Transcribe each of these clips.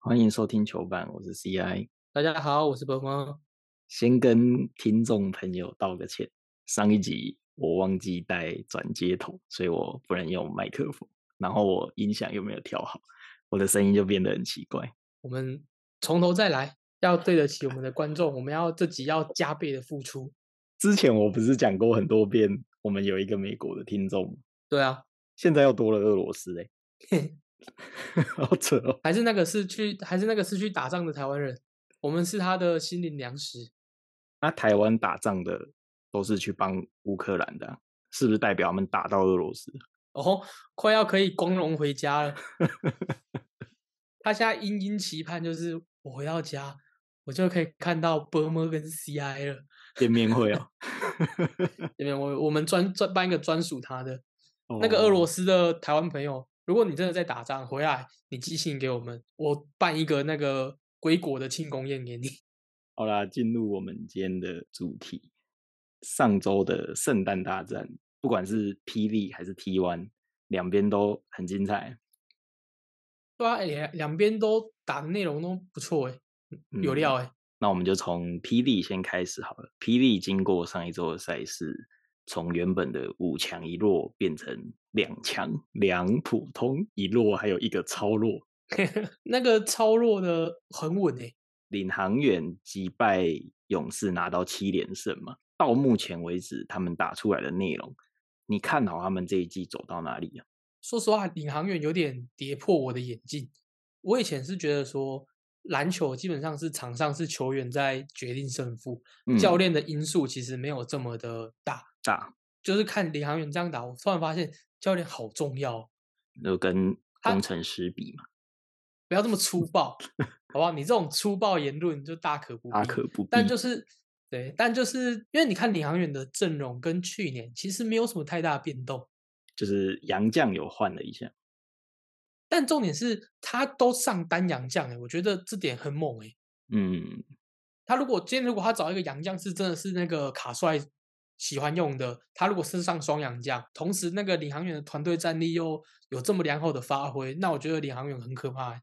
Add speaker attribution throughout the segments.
Speaker 1: 欢迎收听球板，我是 CI。
Speaker 2: 大家好，我是伯光。
Speaker 1: 先跟听众朋友道个歉，上一集我忘记带转接头，所以我不能用麦克风，然后我音响又没有调好，我的声音就变得很奇怪。
Speaker 2: 我们从头再来，要对得起我们的观众，我们要这集要加倍的付出。
Speaker 1: 之前我不是讲过很多遍，我们有一个美国的听众吗，
Speaker 2: 对啊，
Speaker 1: 现在又多了俄罗斯 哎、好扯哦！
Speaker 2: 还是那个是去，还是那个是去打仗的台湾人，我们是他的心灵粮食。
Speaker 1: 那台湾打仗的都是去帮乌克兰的啊、是不是代表他们打到俄罗斯？
Speaker 2: 哦，快要可以光荣回家了。他现在殷殷期盼就是我回到家，我就可以看到伯摩跟 CI 了。
Speaker 1: 见面会哦，
Speaker 2: 因为我我们专专办一个专属他的 那个俄
Speaker 1: 斯。
Speaker 2: 罗斯的台湾朋友，如果你真的在打仗回来，你寄信给我们，我办一个那个归国的庆功宴给你。
Speaker 1: 好啦，进入我们今天的主题。上周的圣诞大战，不管是霹雳还是 T One，两边都很精彩。
Speaker 2: 对啊，也两边都打的内容都不错诶，
Speaker 1: 嗯
Speaker 2: 有料诶。
Speaker 1: 那我们就从霹雳先开始好了。霹雳经过上一周的赛事，从原本的五强一弱变成两强，两普通一弱，还有一个超弱。
Speaker 2: 那个超弱的很稳诶，
Speaker 1: 领航员击败勇士拿到七连胜嘛？到目前为止，他们打出来的内容，你看好他们这一季走到哪里啊？
Speaker 2: 说实话，领航员有点跌破我的眼镜。我以前是觉得说，篮球基本上是场上是球员在决定胜负，教
Speaker 1: 嗯
Speaker 2: 练的因素其实没有这么的大。
Speaker 1: 大
Speaker 2: 就是看领航员这样打，我突然发现教练好重要哦，
Speaker 1: 就跟
Speaker 2: 他
Speaker 1: 工程师比嘛，
Speaker 2: 不要这么粗暴，好不好？你这种粗暴言论就大可不必。
Speaker 1: 大可不必。
Speaker 2: 但就是对，但就是因为你看领航员的阵容跟去年其实没有什么太大的变动，
Speaker 1: 就是杨绛有换了一下，
Speaker 2: 但重点是他都上单阳将哎，我觉得这点很猛哎、
Speaker 1: 嗯，
Speaker 2: 他如果今天如果他找一个洋将是真的是那个卡帅喜欢用的，他如果身上双洋将，同时那个领航员的团队战力又有这么良好的发挥，那我觉得领航员很可怕、欸。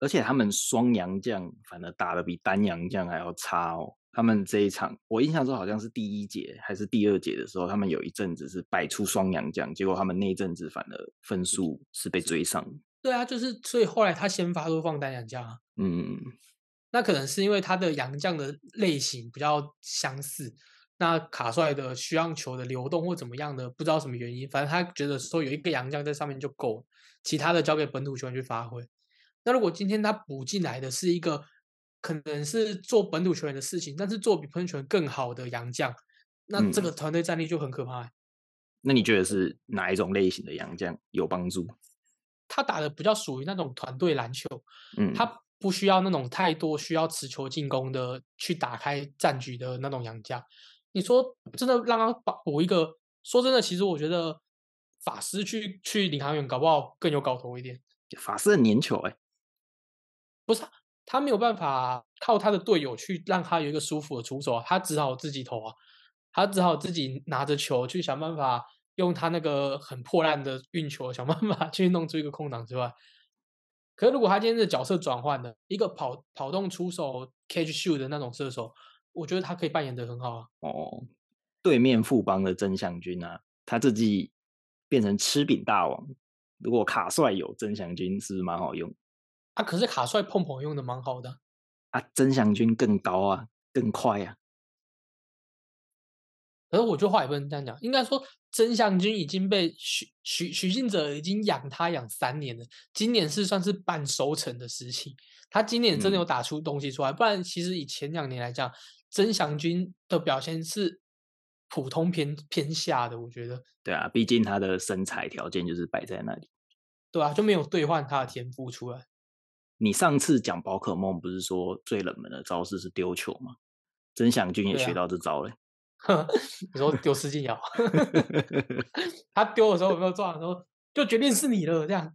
Speaker 1: 而且他们双杨将反而打得比单杨将还要差哦。他们这一场，我印象中好像是第一节还是第二节的时候，他们有一阵子是摆出双杨将，结果他们那一阵子反而分数是被追上的。
Speaker 2: 对啊，就是所以后来他先发都放单洋将啊，
Speaker 1: 嗯，
Speaker 2: 那可能是因为他的洋将的类型比较相似。那卡帅的需要球的流动或怎么样的，不知道什么原因，反正他觉得说有一个洋将在上面就够了，其他的交给本土球员去发挥。那如果今天他补进来的是一个可能是做本土球员的事情，但是做比本土球员更好的洋将，那这
Speaker 1: 嗯
Speaker 2: 个团队战力就很可怕欸、
Speaker 1: 那你觉得是哪一种类型的杨将有帮助？
Speaker 2: 他打的比较属于那种团队篮球，
Speaker 1: 嗯，
Speaker 2: 他不需要那种太多需要持球进攻的去打开战局的那种洋将。你说真的让他把补一个，说真的，其实我觉得法师去去领航员搞不好更有搞头一点。
Speaker 1: 法师很粘球哎、
Speaker 2: 他没有办法靠他的队友去让他有一个舒服的出手啊，他只好自己投啊，他只好自己拿着球去想办法用他那个很破烂的运球 想办法去弄出一个空档之外。可是如果他今天的角色转换了，一个跑跑动出手 catch shoot 的那种射手，我觉得他可以扮演的很好啊。
Speaker 1: 哦，对面富邦的曾祥军啊，他这季变成吃饼大王。如果卡帅有曾祥军，是不是蛮好用
Speaker 2: 啊，可是卡帅碰碰用的蛮好的啊，
Speaker 1: 啊？曾祥军更高啊，更快啊。
Speaker 2: 可是我觉得话也不能这样讲，应该说曾祥军已经被许许许晋哲已经养他养三年了，今年是算是半熟成的时期。他今年真的有打出东西出来，不然其实以前两年来讲，曾祥军的表现是普通偏偏下的，我觉得
Speaker 1: 对啊，毕竟他的身材条件就是摆在那里。
Speaker 2: 对啊，就没有兑换他的天赋出来。
Speaker 1: 你上次讲宝可梦不是说最冷门的招式是丢球吗？曾祥军也
Speaker 2: 对
Speaker 1: 学
Speaker 2: 啊
Speaker 1: 到这招嘞。
Speaker 2: 你说丢失禁瑶， 他丢的时候有没有撞的时候，就决定是你了这样。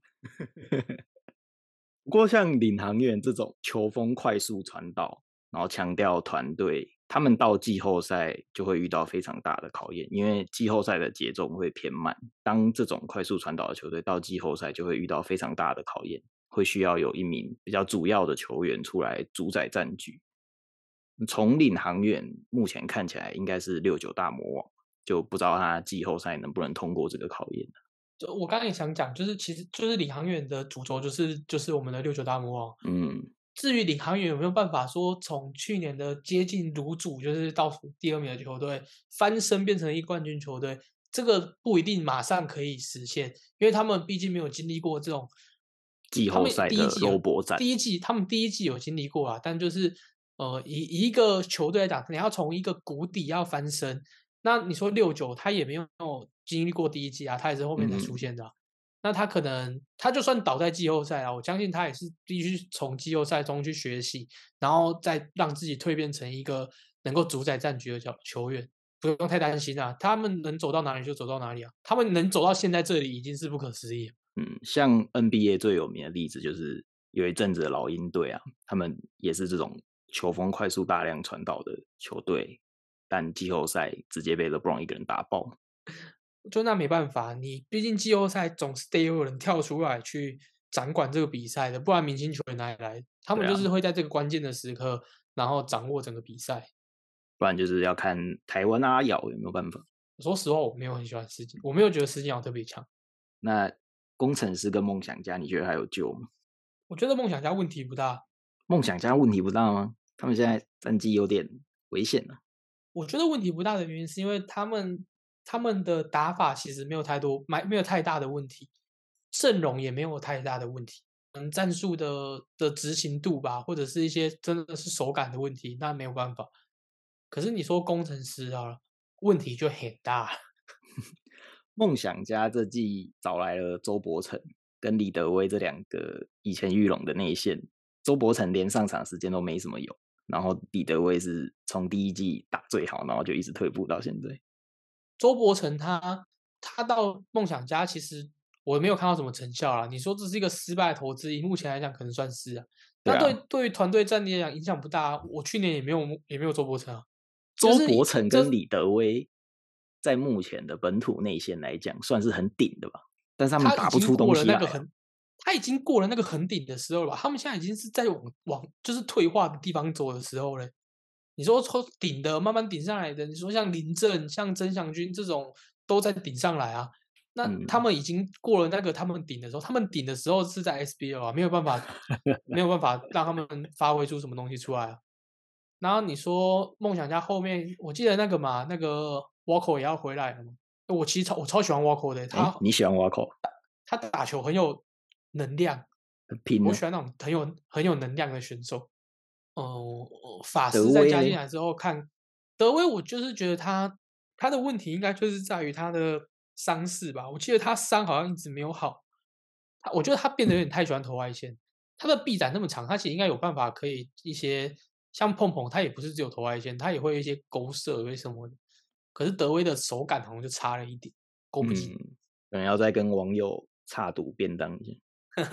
Speaker 1: 不过像领航员这种球风快速传导，然后强调团队，他们到季后赛就会遇到非常大的考验，因为季后赛的节奏会偏慢。当这种快速传导的球队到季后赛，就会遇到非常大的考验，会需要有一名比较主要的球员出来主宰战局。从领航员目前看起来应该是六九大魔王，就不知道他季后赛能不能通过这个考验。啊
Speaker 2: 就我刚才也想讲，就是其实就是领航员的主轴就是就是我们的六九大魔王。
Speaker 1: 嗯，
Speaker 2: 至于领航员有没有办法说从去年的接近卤煮，就是倒数第二名的球队翻身变成一冠军球队，这个不一定马上可以实现，因为他们毕竟没有经历过这种
Speaker 1: 季
Speaker 2: 他
Speaker 1: 后
Speaker 2: 们
Speaker 1: 赛
Speaker 2: 第一
Speaker 1: 的
Speaker 2: 季有
Speaker 1: 肉搏战，
Speaker 2: 第一季他们第一季有经历过啊，但就是呃，以以一个球队来讲，你要从一个谷底要翻身，那你说六九他也没有经历过第一季啊，他也是后面才出
Speaker 1: 嗯
Speaker 2: 现的啊、那他可能他就算倒在季后赛啊，我相信他也是必须从季后赛中去学习，然后再让自己蜕变成一个能够主宰战局的球球员。不用太担心啊，他们能走到哪里就走到哪里啊，他们能走到现在这里已经是不可思议了。
Speaker 1: 嗯，像 NBA 最有名的例子就是有一阵子的老鹰队啊，他们也是这种球风快速大量传导的球队，但季后赛直接被 LeBron 一个人打爆。
Speaker 2: 就那没办法，你毕竟季后赛总是得有人跳出来去掌管这个比赛的，不然明星球员哪里来？他
Speaker 1: 对
Speaker 2: 们就
Speaker 1: 啊
Speaker 2: 是会在这个关键的时刻，然后掌握整个比赛。
Speaker 1: 不然就是要看台湾阿瑶有没有办法。
Speaker 2: 说实话，我没有很喜欢石井，我没有觉得石井瑶特别强。
Speaker 1: 那工程师跟梦想家，你觉得还有救吗？
Speaker 2: 我觉得梦想家问题不大，
Speaker 1: 梦想家问题不大吗？他们现在战绩有点危险了、
Speaker 2: 我觉得问题不大的原因是因为他们他们的打法其实没有太多没没有太大的问题，阵容也没有太大的问题，嗯，战术的的执行度吧，或者是一些真的是手感的问题，那没有办法。可是你说工程师啊，问题就很大了。
Speaker 1: 梦想家这季找来了周伯成跟李德威这两个以前玉龙的内线，周伯成连上场时间都没什么有，然后李德威是从第一季打最好，然后就一直退步到现在。
Speaker 2: 周伯成他他到梦想家，其实我没有看到什么成效啦。你说这是一个失败的投资，以目前来讲可能算是啊。
Speaker 1: 对
Speaker 2: 那
Speaker 1: 啊
Speaker 2: 对对于团队战力来讲影响不大、啊。我去年也没有也没有周伯成啊。就
Speaker 1: 周
Speaker 2: 是
Speaker 1: 伯成
Speaker 2: 这
Speaker 1: 跟李德威在目前的本土内线来讲，算是很顶的吧，但是他们打
Speaker 2: 已
Speaker 1: 不出
Speaker 2: 经过
Speaker 1: 东
Speaker 2: 了
Speaker 1: 西来
Speaker 2: 那个
Speaker 1: 啊。
Speaker 2: 很，他已经过了那个很顶的时候了吧？他们现在已经是在往往就是退化的地方走的时候了。你说从顶的慢慢顶上来的，你说像林振、像曾祥军这种都在顶上来啊。那他
Speaker 1: 嗯
Speaker 2: 们已经过了那个他们顶的时候，他们顶的时候是在 SBL 啊，没有办法，没有办法让他们发挥出什么东西出来啊。然后你说梦想家后面，我记得那个嘛，那个 Walker 也要回来了嘛。我其实超我超喜欢 Walker 的，
Speaker 1: 哎、
Speaker 2: 他
Speaker 1: 你喜欢挖口
Speaker 2: 他打球很有能量，
Speaker 1: 很呃拼
Speaker 2: 我
Speaker 1: 呢
Speaker 2: 喜欢那种很有很有能量的选手。哦、呃，法
Speaker 1: 德
Speaker 2: 师在
Speaker 1: 威
Speaker 2: 加进
Speaker 1: 嘞
Speaker 2: 来之后看德威，我就是觉得他他的问题应该就是在于他的伤势吧。我记得他伤好像一直没有好，他我觉得他变得有点太喜欢投外线。他的臂展那么长，他其实应该有办法可以一些像碰碰，他也不是只有投外线，他也会有一些勾射，有一些什么的。可是德威的手感好像就差了一点，勾不紧。
Speaker 1: 嗯，可能要再跟网友差赌便当一 下。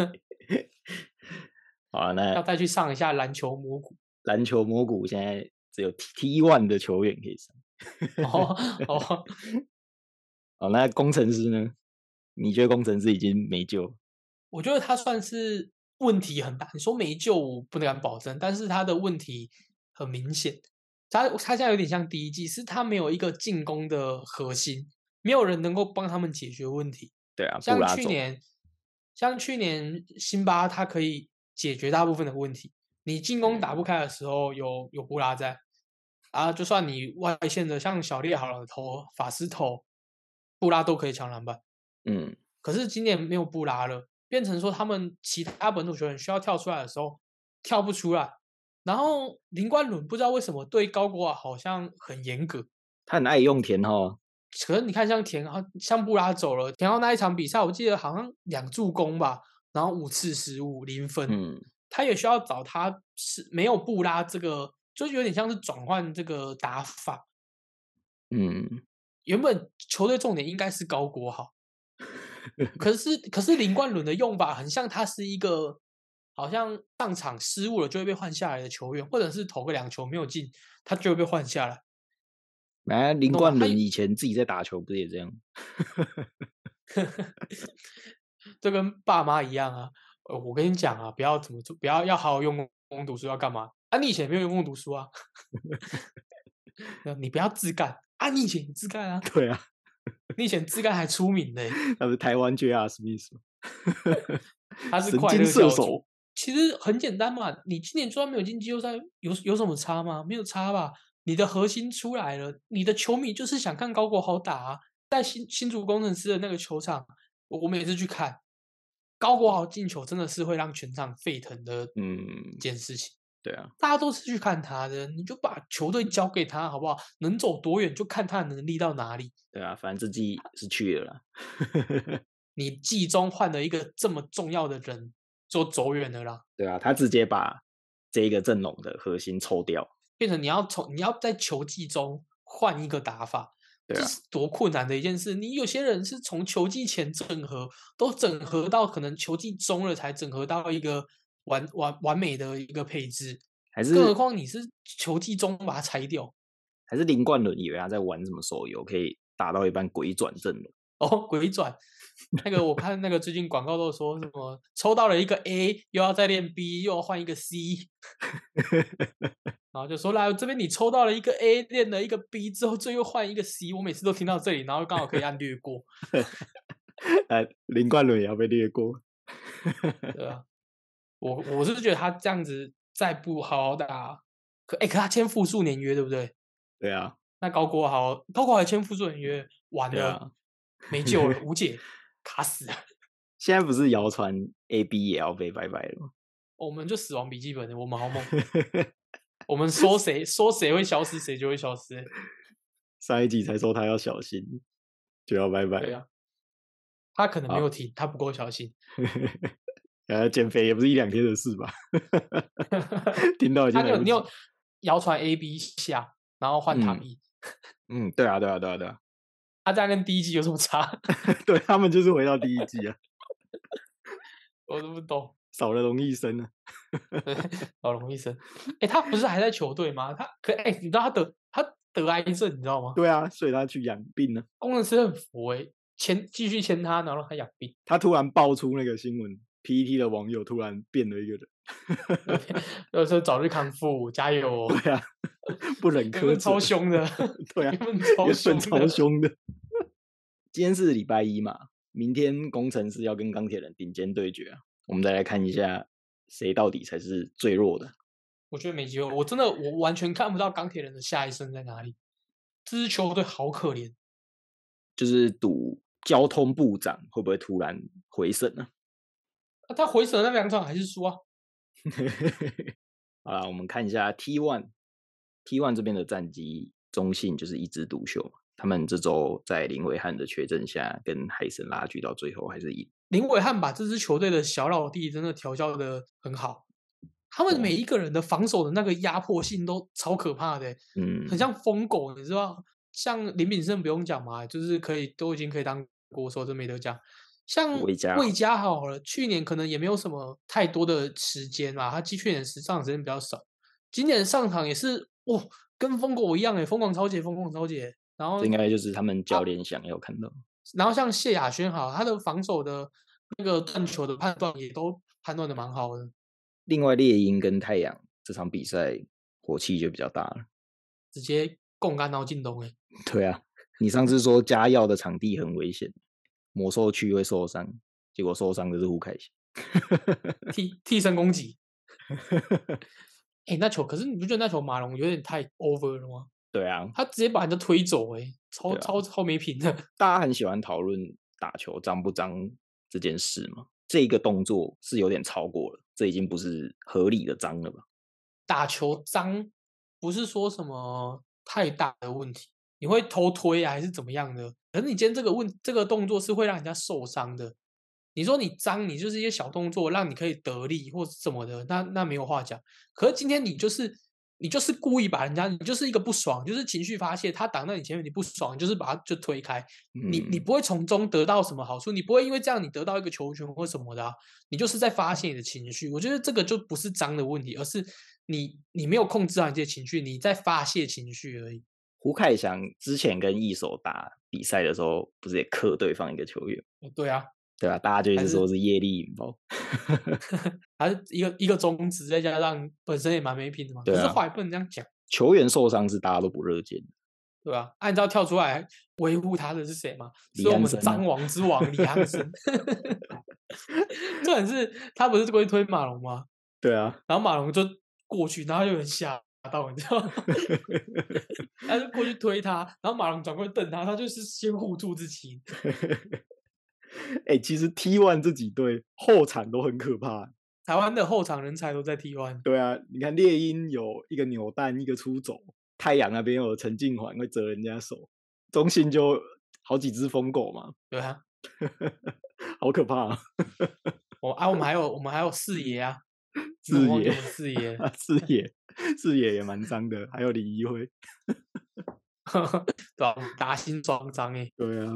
Speaker 1: 好啊，
Speaker 2: 要
Speaker 1: 那
Speaker 2: 再去上一下篮球魔骨。
Speaker 1: 篮球魔骨现在只有 T one 的球员可以上。
Speaker 2: 哦哦，
Speaker 1: 好，哦那工程师呢？你觉得工程师已经没救了？
Speaker 2: 我觉得他算是问题很大。你说没救，我不敢保证，但是他的问题很明显。他他现在有点像第一季，是他没有一个进攻的核心，没有人能够帮他们解决问题。
Speaker 1: 对啊，布
Speaker 2: 像
Speaker 1: 拉
Speaker 2: 去
Speaker 1: 走
Speaker 2: 年，像去年辛巴他可以解决大部分的问题。你进攻打不开的时候有有布拉在，啊，就算你外线的像小烈好了投法师投，布拉都可以抢篮板。
Speaker 1: 嗯，
Speaker 2: 可是今年没有布拉了，变成说他们其他本土球员需要跳出来的时候跳不出来。然后林冠伦不知道为什么对高国华好像很严格，
Speaker 1: 他很爱用田哈，
Speaker 2: 可是你看像田浩、像布拉走了，田浩那一场比赛，我记得好像两助攻吧，然后五次失误零分，
Speaker 1: 嗯，
Speaker 2: 他也需要找他是没有布拉这个，就是有点像是转换这个打法。
Speaker 1: 嗯，
Speaker 2: 原本球队重点应该是高国 豪，可是可是林冠伦的用法很像他是一个好像上场失误了就会被换下来的球员，或者是投个两球没有进，他就会被换下来。
Speaker 1: 哎，林
Speaker 2: 懂啊
Speaker 1: 冠
Speaker 2: 他
Speaker 1: 伦
Speaker 2: 有
Speaker 1: 以前自己在打球不是也这样？
Speaker 2: 这跟爸妈一样啊，呃，我跟你讲啊，不要怎么做，不要要好好用功功读书，要干嘛？啊，你以前也没有用功读 书啊，那你不要自干啊，你以前也自干啊，
Speaker 1: 对啊，
Speaker 2: 你以前自干还出名呢、
Speaker 1: 他是台湾 J.R. Smith 吗
Speaker 2: 他是
Speaker 1: 神
Speaker 2: 快乐
Speaker 1: 经
Speaker 2: 教
Speaker 1: 射
Speaker 2: 主
Speaker 1: 手。。
Speaker 2: 其实很简单嘛，你今年就算没有进季后赛，有有什么差吗？没有差吧？你的核心出来了，你的球迷就是想看高国豪打、啊，在新新竹工程师的那个球场，我我每次去看高国豪进球，真的是会让全场沸腾的
Speaker 1: 嗯
Speaker 2: 一，件事情。
Speaker 1: 对啊，
Speaker 2: 大家都是去看他的，你就把球队交给他好不好？能走多远就看他的能力到哪里。
Speaker 1: 对啊，反正这季是去了啦。
Speaker 2: 你季中换了一个这么重要的人，就走远了啦。
Speaker 1: 对啊，他直接把这一个阵容的核心抽掉。
Speaker 2: 变成你要从你要在球技中换一个打法，
Speaker 1: 对
Speaker 2: 这
Speaker 1: 啊
Speaker 2: 是多困难的一件事。你有些人是从球技前整合，都整合到可能球技中了才整合到一个完完完美的一个配置，
Speaker 1: 还是
Speaker 2: 更何况你是球技中把它拆掉。
Speaker 1: 还是林冠伦以为他在玩什么手游，可以打到一半鬼转阵容。
Speaker 2: 哦，鬼转，那个我看那个最近广告都说什么抽到了一个 A，又要再练 B，又要换一 个 C，然后就说来这边你抽到了一个 A，练了一个 B 之后，最后换一个 C。我每次都听到这里，然后刚好可以按略过，
Speaker 1: 呃，林冠伦也要被略过。
Speaker 2: 对啊，我我是觉得他这样子再不好好打，可哎、可他签复数年约对不对？
Speaker 1: 对啊，
Speaker 2: 那高国豪高国豪签复数年约，完
Speaker 1: 对
Speaker 2: 了、
Speaker 1: 啊。
Speaker 2: 没救 了，无解，卡死了。
Speaker 1: 现在不是谣传 A B 也要被拜拜了吗？
Speaker 2: 我们就死亡笔记本了，我们好猛。我们说谁说谁会消失，谁就会消失。
Speaker 1: 上一集才说他要小心，就要拜拜
Speaker 2: 对
Speaker 1: 了。
Speaker 2: 啊，他可能没
Speaker 1: 好
Speaker 2: 有停，他不够小心。
Speaker 1: 然后减肥也不是一两天的事吧？ 听到已经
Speaker 2: 他
Speaker 1: 来
Speaker 2: 有
Speaker 1: 不
Speaker 2: 你
Speaker 1: 及
Speaker 2: 有谣传 A B 下，然后换
Speaker 1: 嗯
Speaker 2: 唐毅，
Speaker 1: 嗯，对啊，对啊，对啊，对 啊，
Speaker 2: 他这样跟第一季有什么差？
Speaker 1: 对他们就是回到第一季啊，
Speaker 2: 我都不懂。
Speaker 1: 少了龙医生啊。
Speaker 2: 老龙医生，哎、他不是还在球队吗？他可哎、你知道他得他得癌症，你知道吗？
Speaker 1: 对啊，所以他去养病了。
Speaker 2: 工程师很服哎、签继续签他，然后让他养病。
Speaker 1: 他突然爆出那个新闻，PET 的网友突然变了一个人。
Speaker 2: 要说早日康复，加油、哦！
Speaker 1: 对啊，不忍
Speaker 2: 原
Speaker 1: 苛
Speaker 2: 本
Speaker 1: 责。
Speaker 2: 超凶的，
Speaker 1: 对啊，
Speaker 2: 原本
Speaker 1: 原
Speaker 2: 超
Speaker 1: 本
Speaker 2: 凶
Speaker 1: 超
Speaker 2: 的
Speaker 1: 凶的。 今天是礼拜一嘛，明天工程师要跟钢铁人顶尖对决啊、我们再来看一下谁到底才是最弱的。
Speaker 2: 我觉得没机会，我真的我完全看不到钢铁人的下一生在哪里。这支球队好可怜，
Speaker 1: 就是赌交通部长会不会突然回审呢、
Speaker 2: 啊他回首那两场还是输啊。
Speaker 1: 好啦，我们看一下 T One T One 这边的战绩，中信就是一枝独秀嘛。他们这周在林伟汉的缺阵下，跟海神拉锯到最后还是赢。
Speaker 2: 林伟汉把这支球队的小老弟真的调教的很好，他们
Speaker 1: 对
Speaker 2: 每一个人的防守的那个压迫性都超可怕的欸、
Speaker 1: 嗯，
Speaker 2: 很像疯狗，你知道？像林炳胜不用讲嘛，就是可以都已经可以当国手，这没得讲。像
Speaker 1: 魏佳
Speaker 2: 魏佳好了，去年可能也没有什么太多的时间嘛，他去年时上场时间比较少，今年上场也是哇、跟疯狗一样哎、疯狂超姐，疯狂超姐。然后
Speaker 1: 这应该就是他们
Speaker 2: 哦
Speaker 1: 教练想要看到。
Speaker 2: 然后像谢亚轩好，他的防守的那个断球的判断也都判断的蛮好的，
Speaker 1: 另外，猎鹰跟太阳这场比赛火气就比较大了。
Speaker 2: 直接共干到进洞哎、
Speaker 1: 对啊，你上次说加药的场地很危险，魔兽区会受伤，结果受伤的是胡凯翔。
Speaker 2: 替替身 攻击。哎、那球可是你不觉得那球马龙有点太 over 了吗？
Speaker 1: 对啊，
Speaker 2: 他直接把人家推走、欸，超、
Speaker 1: 对啊
Speaker 2: 超超没品的。
Speaker 1: 大家很喜欢讨论打球脏不脏这件事嘛。这个动作是有点超过了，这已经不是合理的脏了吧？
Speaker 2: 打球脏不是说什么太大的问题，你会头推啊还是怎么样的？可是你今天这个问这个动作是会让人家受伤的。你说你脏，你就是一些小动作，让你可以得力或是什么的，那那没有话讲。可是今天你就是你就是故意把人家，你就是一个不爽，就是情绪发泄，他挡在你前面，你不爽，你就是把他就推开，你你
Speaker 1: 嗯
Speaker 2: 不会从中得到什么好处，你不会因为这样你得到一个球权或什么的、啊，你就是在发泄你的情绪。我觉得这个就不是脏的问题，而是你你没有控制好你自己的情绪，你在发泄情绪而已。
Speaker 1: 胡凯翔之前跟一手打比赛的时候，不是也克对方一个球员？
Speaker 2: 哦对啊，
Speaker 1: 对吧、大家就一
Speaker 2: 还
Speaker 1: 直
Speaker 2: 是
Speaker 1: 说是业力引爆，
Speaker 2: 还是一个一个中指，再加上本身也蛮没品的嘛。
Speaker 1: 对
Speaker 2: 可是
Speaker 1: 啊
Speaker 2: 话也不能这样讲，
Speaker 1: 球员受伤是大家都不热见的。
Speaker 2: 对吧、啊？你知道跳出来维护他的是谁吗？
Speaker 1: 李
Speaker 2: 是我
Speaker 1: 安
Speaker 2: 们
Speaker 1: 生啊
Speaker 2: 张王之王李 安生。 重点是他不是故意推马龙吗？
Speaker 1: 对啊，
Speaker 2: 然后马龙就过去，然后他就很吓到，你知道吗？ 他就过去推他，然后马龙转过去瞪他，他就是先护住自己。
Speaker 1: 哎、其实 T one 这几队后场都很可怕。
Speaker 2: 台湾的后场人才都在 T one，
Speaker 1: 对啊，你看猎鹰有一个扭蛋，一个出走，太阳那边有陈静环会折人家手，中信就好几只疯狗嘛，
Speaker 2: 对啊，
Speaker 1: 好可怕、啊！
Speaker 2: 我啊，我们还有我们还有四爷啊，
Speaker 1: 四
Speaker 2: 我忘记
Speaker 1: 爷
Speaker 2: 我们四爷，
Speaker 1: 视野视野也蛮脏的，还有李怡辉。
Speaker 2: 对啊吧、达心双张哎，
Speaker 1: 对啊，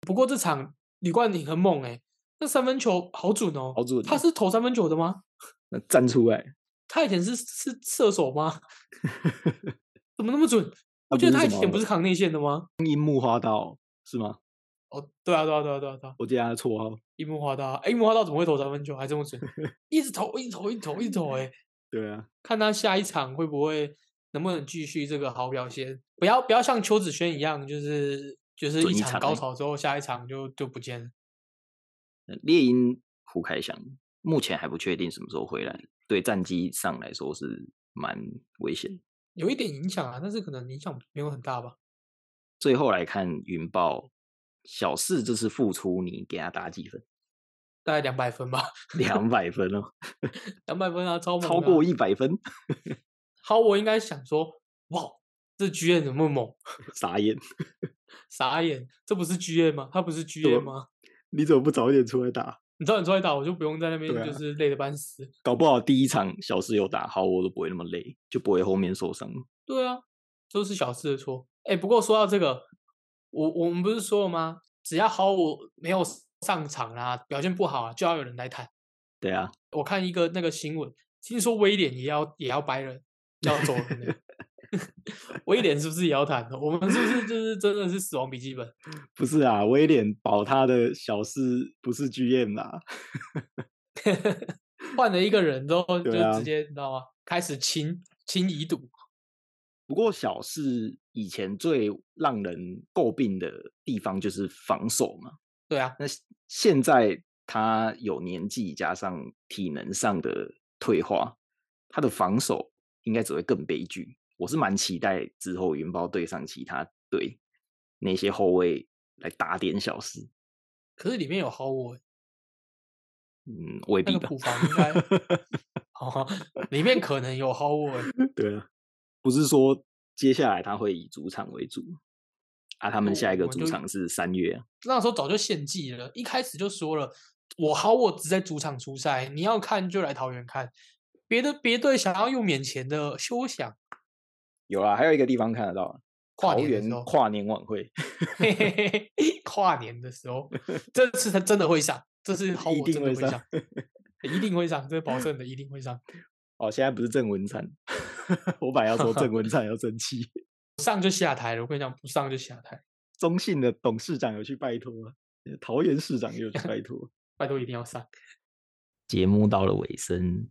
Speaker 2: 不过这场李冠霖很猛哎、那三分球好准哦，
Speaker 1: 好准
Speaker 2: 他
Speaker 1: 哦
Speaker 2: 是投三分球的吗？
Speaker 1: 那站出来，
Speaker 2: 他以前是是射手 吗？怎么那么准？
Speaker 1: 他
Speaker 2: 我
Speaker 1: 不
Speaker 2: 觉得
Speaker 1: 是
Speaker 2: 他以
Speaker 1: 什
Speaker 2: 前不
Speaker 1: 么
Speaker 2: 是扛内线的吗？
Speaker 1: 樱木花道是吗？
Speaker 2: 哦，对啊，对啊，对啊，对啊，对啊，
Speaker 1: 我记得他的绰号。
Speaker 2: 樱木花道啊，哎樱木花道怎么会投三分球还这 么准？一直投，一直投，一直投，一直投、欸，哎，
Speaker 1: 对啊，
Speaker 2: 看他下一场会不会能不能继续这个好表现，不要不要像邱子轩一样，就是就是
Speaker 1: 准
Speaker 2: 一
Speaker 1: 一
Speaker 2: 场
Speaker 1: 场
Speaker 2: 高
Speaker 1: 而已
Speaker 2: 潮之后，下一场就就不见了。
Speaker 1: 呃猎鹰胡凯翔目前还不确定什么时候回来，对战绩上来说是蛮危险的。
Speaker 2: 有一点影响啊，但是可能影响没有很大吧。
Speaker 1: 最后来看云豹小四这次付出，你给他打几分？
Speaker 2: 大概两百分吧，
Speaker 1: 两百分哦，
Speaker 2: 两百分啊，超猛
Speaker 1: 超
Speaker 2: 的啊
Speaker 1: 过一百分，
Speaker 2: 好，我应该想说，哇，这剧院怎么那么猛？
Speaker 1: 傻眼！
Speaker 2: 傻眼，这不是剧院吗？他不是剧
Speaker 1: 对
Speaker 2: 院
Speaker 1: 啊
Speaker 2: 吗？
Speaker 1: 你怎么不早点出来打？
Speaker 2: 你知道你出来打，我就不用在那边
Speaker 1: 对
Speaker 2: 就
Speaker 1: 啊
Speaker 2: 是累得半死。
Speaker 1: 搞不好第一场小四有打好，我都不会那么累，就不会后面受伤。
Speaker 2: 对啊，都是小事的错。哎，不过说到这个，我我们不是说了吗？只要好我没有上场啦、表现不好啊，就要有人来谈。
Speaker 1: 对啊，
Speaker 2: 我看一个那个新闻，听说威廉也要也要掰人，要走 人了。威廉是不是也要谈的？我们是不是就是真的是死亡笔记本？
Speaker 1: 不是啊，威廉保他的小四不是 GM 啦，
Speaker 2: 换了一个人之后，就
Speaker 1: 对啊
Speaker 2: 直接、你知道吗？开始清清遗毒，
Speaker 1: 不过小四以前最让人诟病的地方就是防守嘛，
Speaker 2: 对啊，
Speaker 1: 那现现在他有年纪加上体能上的退化，他的防守应该只会更悲剧。我是蛮期待之后云豹对上其他队那些后卫来打点小事，
Speaker 2: 可是里面有好我，
Speaker 1: 嗯，未
Speaker 2: 那
Speaker 1: 必
Speaker 2: 个
Speaker 1: 吧
Speaker 2: 普。防 应该哦，里面可能有好我，
Speaker 1: 对啊，不是说接下来他会以主场为主啊，他们
Speaker 2: 我
Speaker 1: 下一个
Speaker 2: 我
Speaker 1: 主
Speaker 2: 就
Speaker 1: 场是三月啊。
Speaker 2: 那时候早就献祭了，一开始就说了，我好我只在主场出赛，你要看就来桃园看，别的别队想要用免钱的休想。
Speaker 1: 有啊，还有一个地方看得到啊，
Speaker 2: 跨
Speaker 1: 桃
Speaker 2: 年的时
Speaker 1: 园
Speaker 2: 候
Speaker 1: 跨年晚会，
Speaker 2: 嘿嘿嘿嘿， 跨年的时 候，这次他真的会上，这次好
Speaker 1: 一
Speaker 2: 我
Speaker 1: 定
Speaker 2: 真的
Speaker 1: 会
Speaker 2: 会
Speaker 1: 上
Speaker 2: 上， 一定会上，这保证的一定会上。
Speaker 1: 哦，现在不是郑文灿， 我本来要说郑文灿要生气。
Speaker 2: 上就下台了，我跟你讲，不上就下台，
Speaker 1: 中信的董事长有去拜托啊，呃桃园市长也有去拜托。
Speaker 2: 拜托一定要上。
Speaker 1: 节目到了尾声，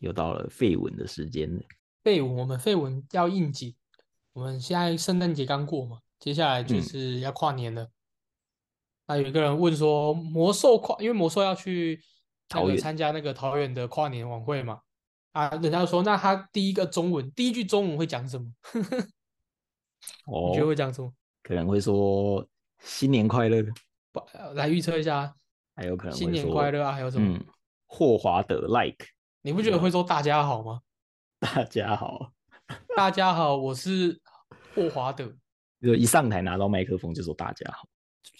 Speaker 1: 又到了废文的时间了。
Speaker 2: 废文，我们废文要应景，我们现在圣诞节刚过嘛，接下来就
Speaker 1: 嗯
Speaker 2: 是要跨年了。那有一个人问说，魔兽跨，因为魔兽要去那
Speaker 1: 桃
Speaker 2: 个
Speaker 1: 园
Speaker 2: 参加那个桃园的跨年晚会嘛，啊，人家就说，那他第一个中文，第一句中文会讲什么？你觉得会
Speaker 1: 哦，
Speaker 2: 讲什么？
Speaker 1: 可能会说新年快乐，
Speaker 2: 不呃来预测一下啊，
Speaker 1: 还有可能会
Speaker 2: 新年
Speaker 1: 说
Speaker 2: 快乐啊，还有什么？
Speaker 1: 嗯，霍华德 like
Speaker 2: 你不觉得会说大家好吗？
Speaker 1: 大家好，
Speaker 2: 大家好，我是霍华德。
Speaker 1: 就一上台拿到麦克风就说大家好。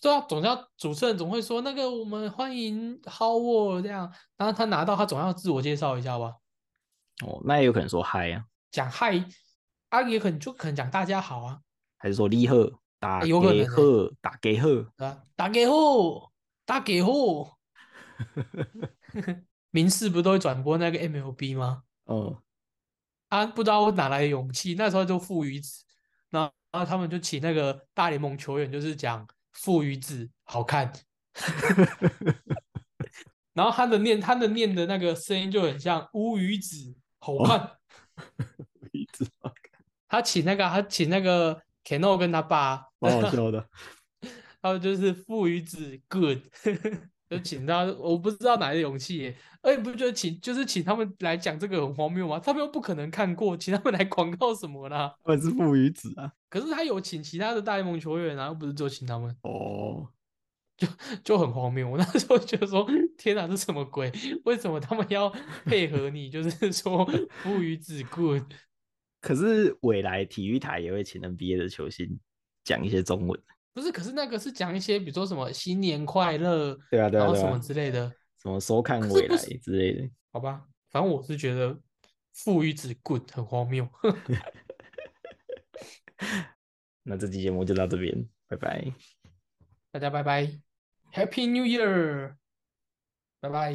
Speaker 2: 对啊，总要主持人总会说那个我们欢迎 Howard 这样，然后他拿到他总要自我介绍一下吧，
Speaker 1: 哦，那也有可能说嗨啊，
Speaker 2: 讲嗨，啊也可能就可能讲大家好啊，
Speaker 1: 还是说你好，打
Speaker 2: 有可能
Speaker 1: 给
Speaker 2: 欸
Speaker 1: 贺，打给贺，
Speaker 2: 对吧？打给后，打给 后，民视不都会转播那个 MLB 吗？
Speaker 1: 哦，
Speaker 2: 啊，不知道我哪来的勇气，那时候就父与子，然后然后他们就请那个大联盟球员，就是讲父与子好看，然后他的念他的念的那个声音就很像乌鱼子吼
Speaker 1: 哦
Speaker 2: 汉，
Speaker 1: 一直 好
Speaker 2: 他请那个他请那个 Kano 跟他爸，
Speaker 1: 好笑的。
Speaker 2: 还有就是父与子 good，就请他，我不知道哪来的勇气耶，哎，不就请就是请他们来讲这个很荒谬吗？他们又不可能看过，请他们来广告什么啦？
Speaker 1: 他们是父与子啊。
Speaker 2: 可是他有请其他的大联盟球员啊，又不是就请他们，
Speaker 1: 哦，
Speaker 2: 就很荒谬。我那时候觉得说，天哪，这什么鬼？为什么他们要配合你？就是说父与子 good，
Speaker 1: 可是未来体育台也会请 NBA 的球星讲一些中文。
Speaker 2: 不是？可是那个是讲一些，比如说什么新年快乐，
Speaker 1: 对啊，对
Speaker 2: 然
Speaker 1: 啊，
Speaker 2: 后
Speaker 1: 对
Speaker 2: 什么
Speaker 1: 啊，
Speaker 2: 之类的。
Speaker 1: 什么收看
Speaker 2: 可是
Speaker 1: 未
Speaker 2: 不
Speaker 1: 来
Speaker 2: 是
Speaker 1: 之类的。
Speaker 2: 好吧，反正我是觉得父与子 good 很荒谬。
Speaker 1: 那这期节目就到这边，拜拜。
Speaker 2: 大家拜拜，Happy New Year，拜拜。